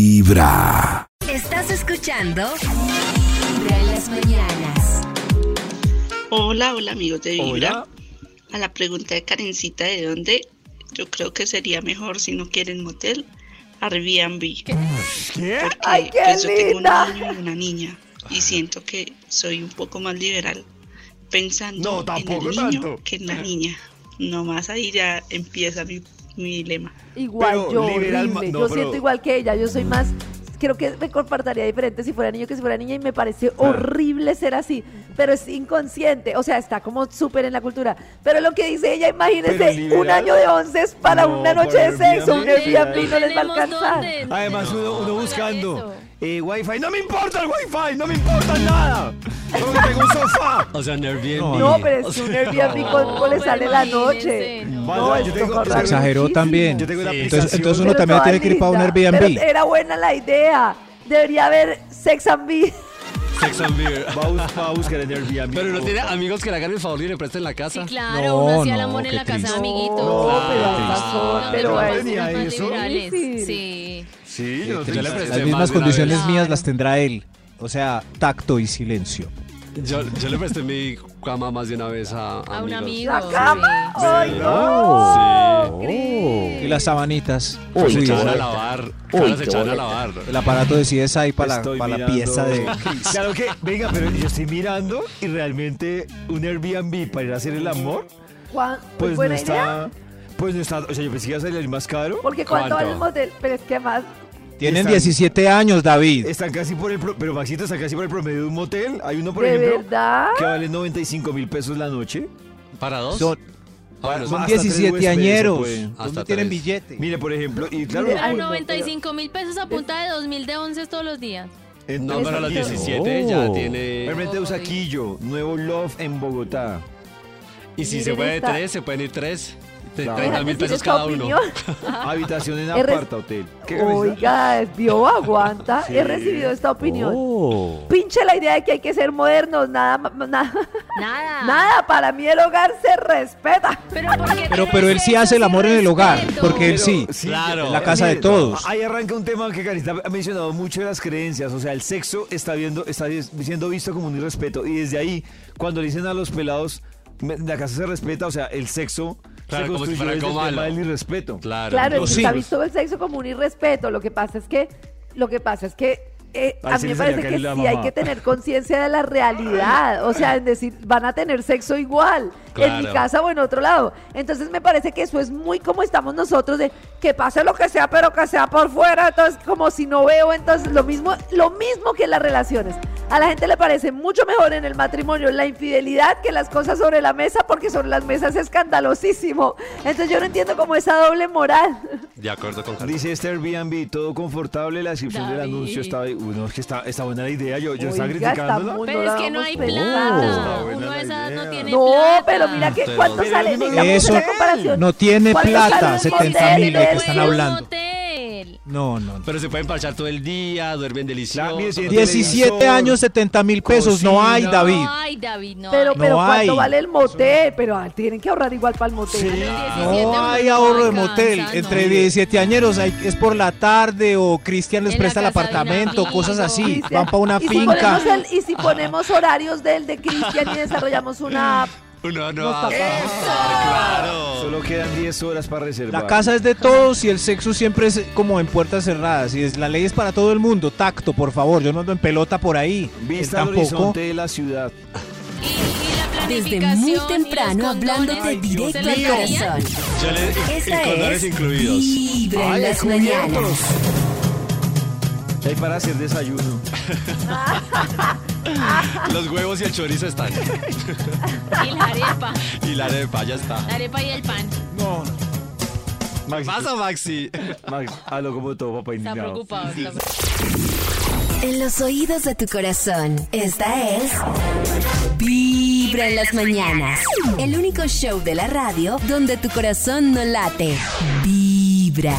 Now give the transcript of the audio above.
Vibra. Estás escuchando Vibra en las mañanas. Hola, hola amigos de Vibra. A la pregunta de Karencita de dónde, yo creo que sería mejor si no quieren motel, Airbnb. ¿Qué? Porque Ay, qué pues, yo tengo un linda. niño y una niña y siento que soy un poco más liberal No, pensando en el tampoco niño tanto. que en la niña. Nomás ahí ya empieza mi, mi dilema. Igual Pero yo, liberal ma- horrible. no, yo pero- siento igual que ella, yo soy más... Creo que me comportaría diferente si fuera niño que si fuera niña y me parece horrible ser así, pero es inconsciente, o sea, está como súper en la cultura. Pero lo que dice ella, Pero imagínense, liberal. un año de once es para No, una noche para de sexo, un Airbnb. Airbnb no les va a Tenemos alcanzar. dónde, no Además, uno, tenemos uno cómo buscando hablar eh, Wi-Fi. ¡No me importa el Wi-Fi! ¡No me importa nada! ¡Solo tengo un sofá! O sea, en Airbnb. No, pero es que un Airbnb eso. con- con le No, sale pero la noche. imagínense, no. Vale, No, yo esto tengo- corre se exageró muchísimo. también. Yo tengo una Sí. Entonces, aplicación. entonces uno Pero también toda tiene que ir para un linda. Airbnb. Pero eh, era buena la idea. Debería haber sex and be. Sex and beer. va, a bus- va a buscar en Airbnb. Pero no tiene amigos que le hagan el favor y le presten la casa. Sí, claro, No, uno hacía el no, amor en qué la casa de triste. amiguitos. No, Ah, pero sí. al razón, No, pero no, a ahí papás él- tenía eran más eso. liberales, Difícil. Sí. Sí, yo no Yo tengo- le presté Las más mismas de una condiciones vez. mías Claro. las tendrá él. O sea, tacto y silencio. vez. Yo, yo le presté mi cama más de una vez a, A un amigo. amigos. ¿La cama? sí. ¡Ay, Sí. no! Y las sabanitas. Pues se Uy, echaban a lavar. Claro, se echaban a lavar. el aparato de CSI para la, Estoy para la mirando- pieza de... Claro que, venga, pero yo estoy mirando y realmente un Airbnb para ir a hacer el amor, Juan, muy pues no buena está. idea. Pues no está. O sea, yo pensé que iba a salir más caro. Porque cuando ¿Cuánto? vale el motel, pero es que más. Tienen Están- 17 años, David. Están casi por el. pro- pero Maxito está casi por el promedio de un motel. Hay uno, por ¿De ejemplo, verdad? que vale 95 mil pesos la noche. ¿Para dos? Son, Ah, bueno, son hasta tres huéspedes 17 pues. se añeros. pueden. ¿Dónde Hasta tienen tres. billete? Mire, por ejemplo, y claro. Mire, A Ay, no, 95 mil pesos a punta de 2 mil de once todos los días. en- No, en- pero a los Santiago. 17 ya tiene. Realmente Usaquillo, Nuevo Love en Bogotá. Y si Miren se puede esta. tres, se pueden ir tres. De Claro. 30 mil Déjame decir pesos esta cada uno. opinión. Habitación en Es res- aparta hotel. ¿Qué cabeza? Oiga, Dios aguanta. Sí. Oh. He recibido esta opinión. Pinche la idea de que hay que ser modernos. Nada, ma- nada, Nada. nada. Para mí el hogar se respeta. Pero, ¿por qué Pero, tiene pero él sí sexo hace el sin amor en el hogar, respeto? porque él sí. Claro. en la casa de todos. Ahí arranca un tema que Carita ha mencionado mucho de las creencias. O sea, el sexo está, viendo, está dis- siendo visto como un irrespeto. Y desde ahí, cuando le dicen a los pelados, "Me- la casa se respeta, o sea, el sexo se Claro, como si construyó fuera desde el algo tema malo. del irrespeto. Claro. Claro, Los se ha hijos. visto el sexo como un irrespeto. Lo que pasa es que, lo que pasa es que eh, Ahí a sí mí me le salió parece a que Cali sí la hay mamá. que tener conciencia de la realidad. O sea, en decir, van a tener sexo igual en mi Claro. casa o en otro lado. Entonces me parece que eso es muy como estamos nosotros de que pase lo que sea, pero que sea por fuera. Entonces, como si no veo, entonces lo mismo, lo mismo que en las relaciones. A la gente le parece mucho mejor en el matrimonio la infidelidad que las cosas sobre la mesa, porque sobre las mesas es escandalosísimo. Entonces yo no entiendo como esa doble moral. De acuerdo con Carlos. Dice este Airbnb, todo confortable, la descripción del David. anuncio estaba... ahí. Uy, no, es que está, está buena la idea, yo, yo estaba Oiga, criticándola. está muy- Pero No es que no dábamos hay cuenta. plata. Está buena Uno la de esas idea. no tiene No, plata. pero mira que Pero- cuánto Pero sale. el mismo Digamos Eso una comparación. no tiene ¿Cuánto sale plata, un 70 motel? mil lo que están Bueno, hablando. hotel. No, no, no. Pero se pueden parchar todo el día, duermen Claro, mire, delicioso. tiene televisor, 17 años, 70 mil pesos. No hay, cocina. David. Ay, David, no. Pero, hay. pero No ¿cuánto hay. vale el motel? Pero ah, tienen que ahorrar igual para el motel. No 17 hay no ahorro de alcanza, motel. no. Entre 17 añeros hay- es por la tarde o Cristian les En la presta el casa de un apartamento, amigo. cosas así. Cristian, Van para una y finca. Si ponemos el- y si ponemos horarios del de Cristian y desarrollamos una app. Uno no Nos hace. tapamos. Claro. Solo quedan 10 horas para reservar. La casa es de todos y el sexo siempre es como en puertas cerradas. Y es, la ley es para todo el mundo. Tacto, por favor. Yo no ando en pelota por ahí. Él Vista al tampoco. horizonte de la ciudad. Y, y la Desde planificación muy y los temprano condones, hablándote ¿se los directo al darían? corazón. Yo le- Esta y condones es incluidos. Vibra en las mañanas. Hay para hacer desayuno. Los huevos y el chorizo están. Y la arepa. Y la arepa ya está. La arepa y el pan. Max, Pasa, Maxi. Max, hazlo como todo, papá Está indignado. preocupado. está preocupado. En los oídos de tu corazón. Esta es Vibra en las mañanas. El único show de la radio donde tu corazón no late. Vibra.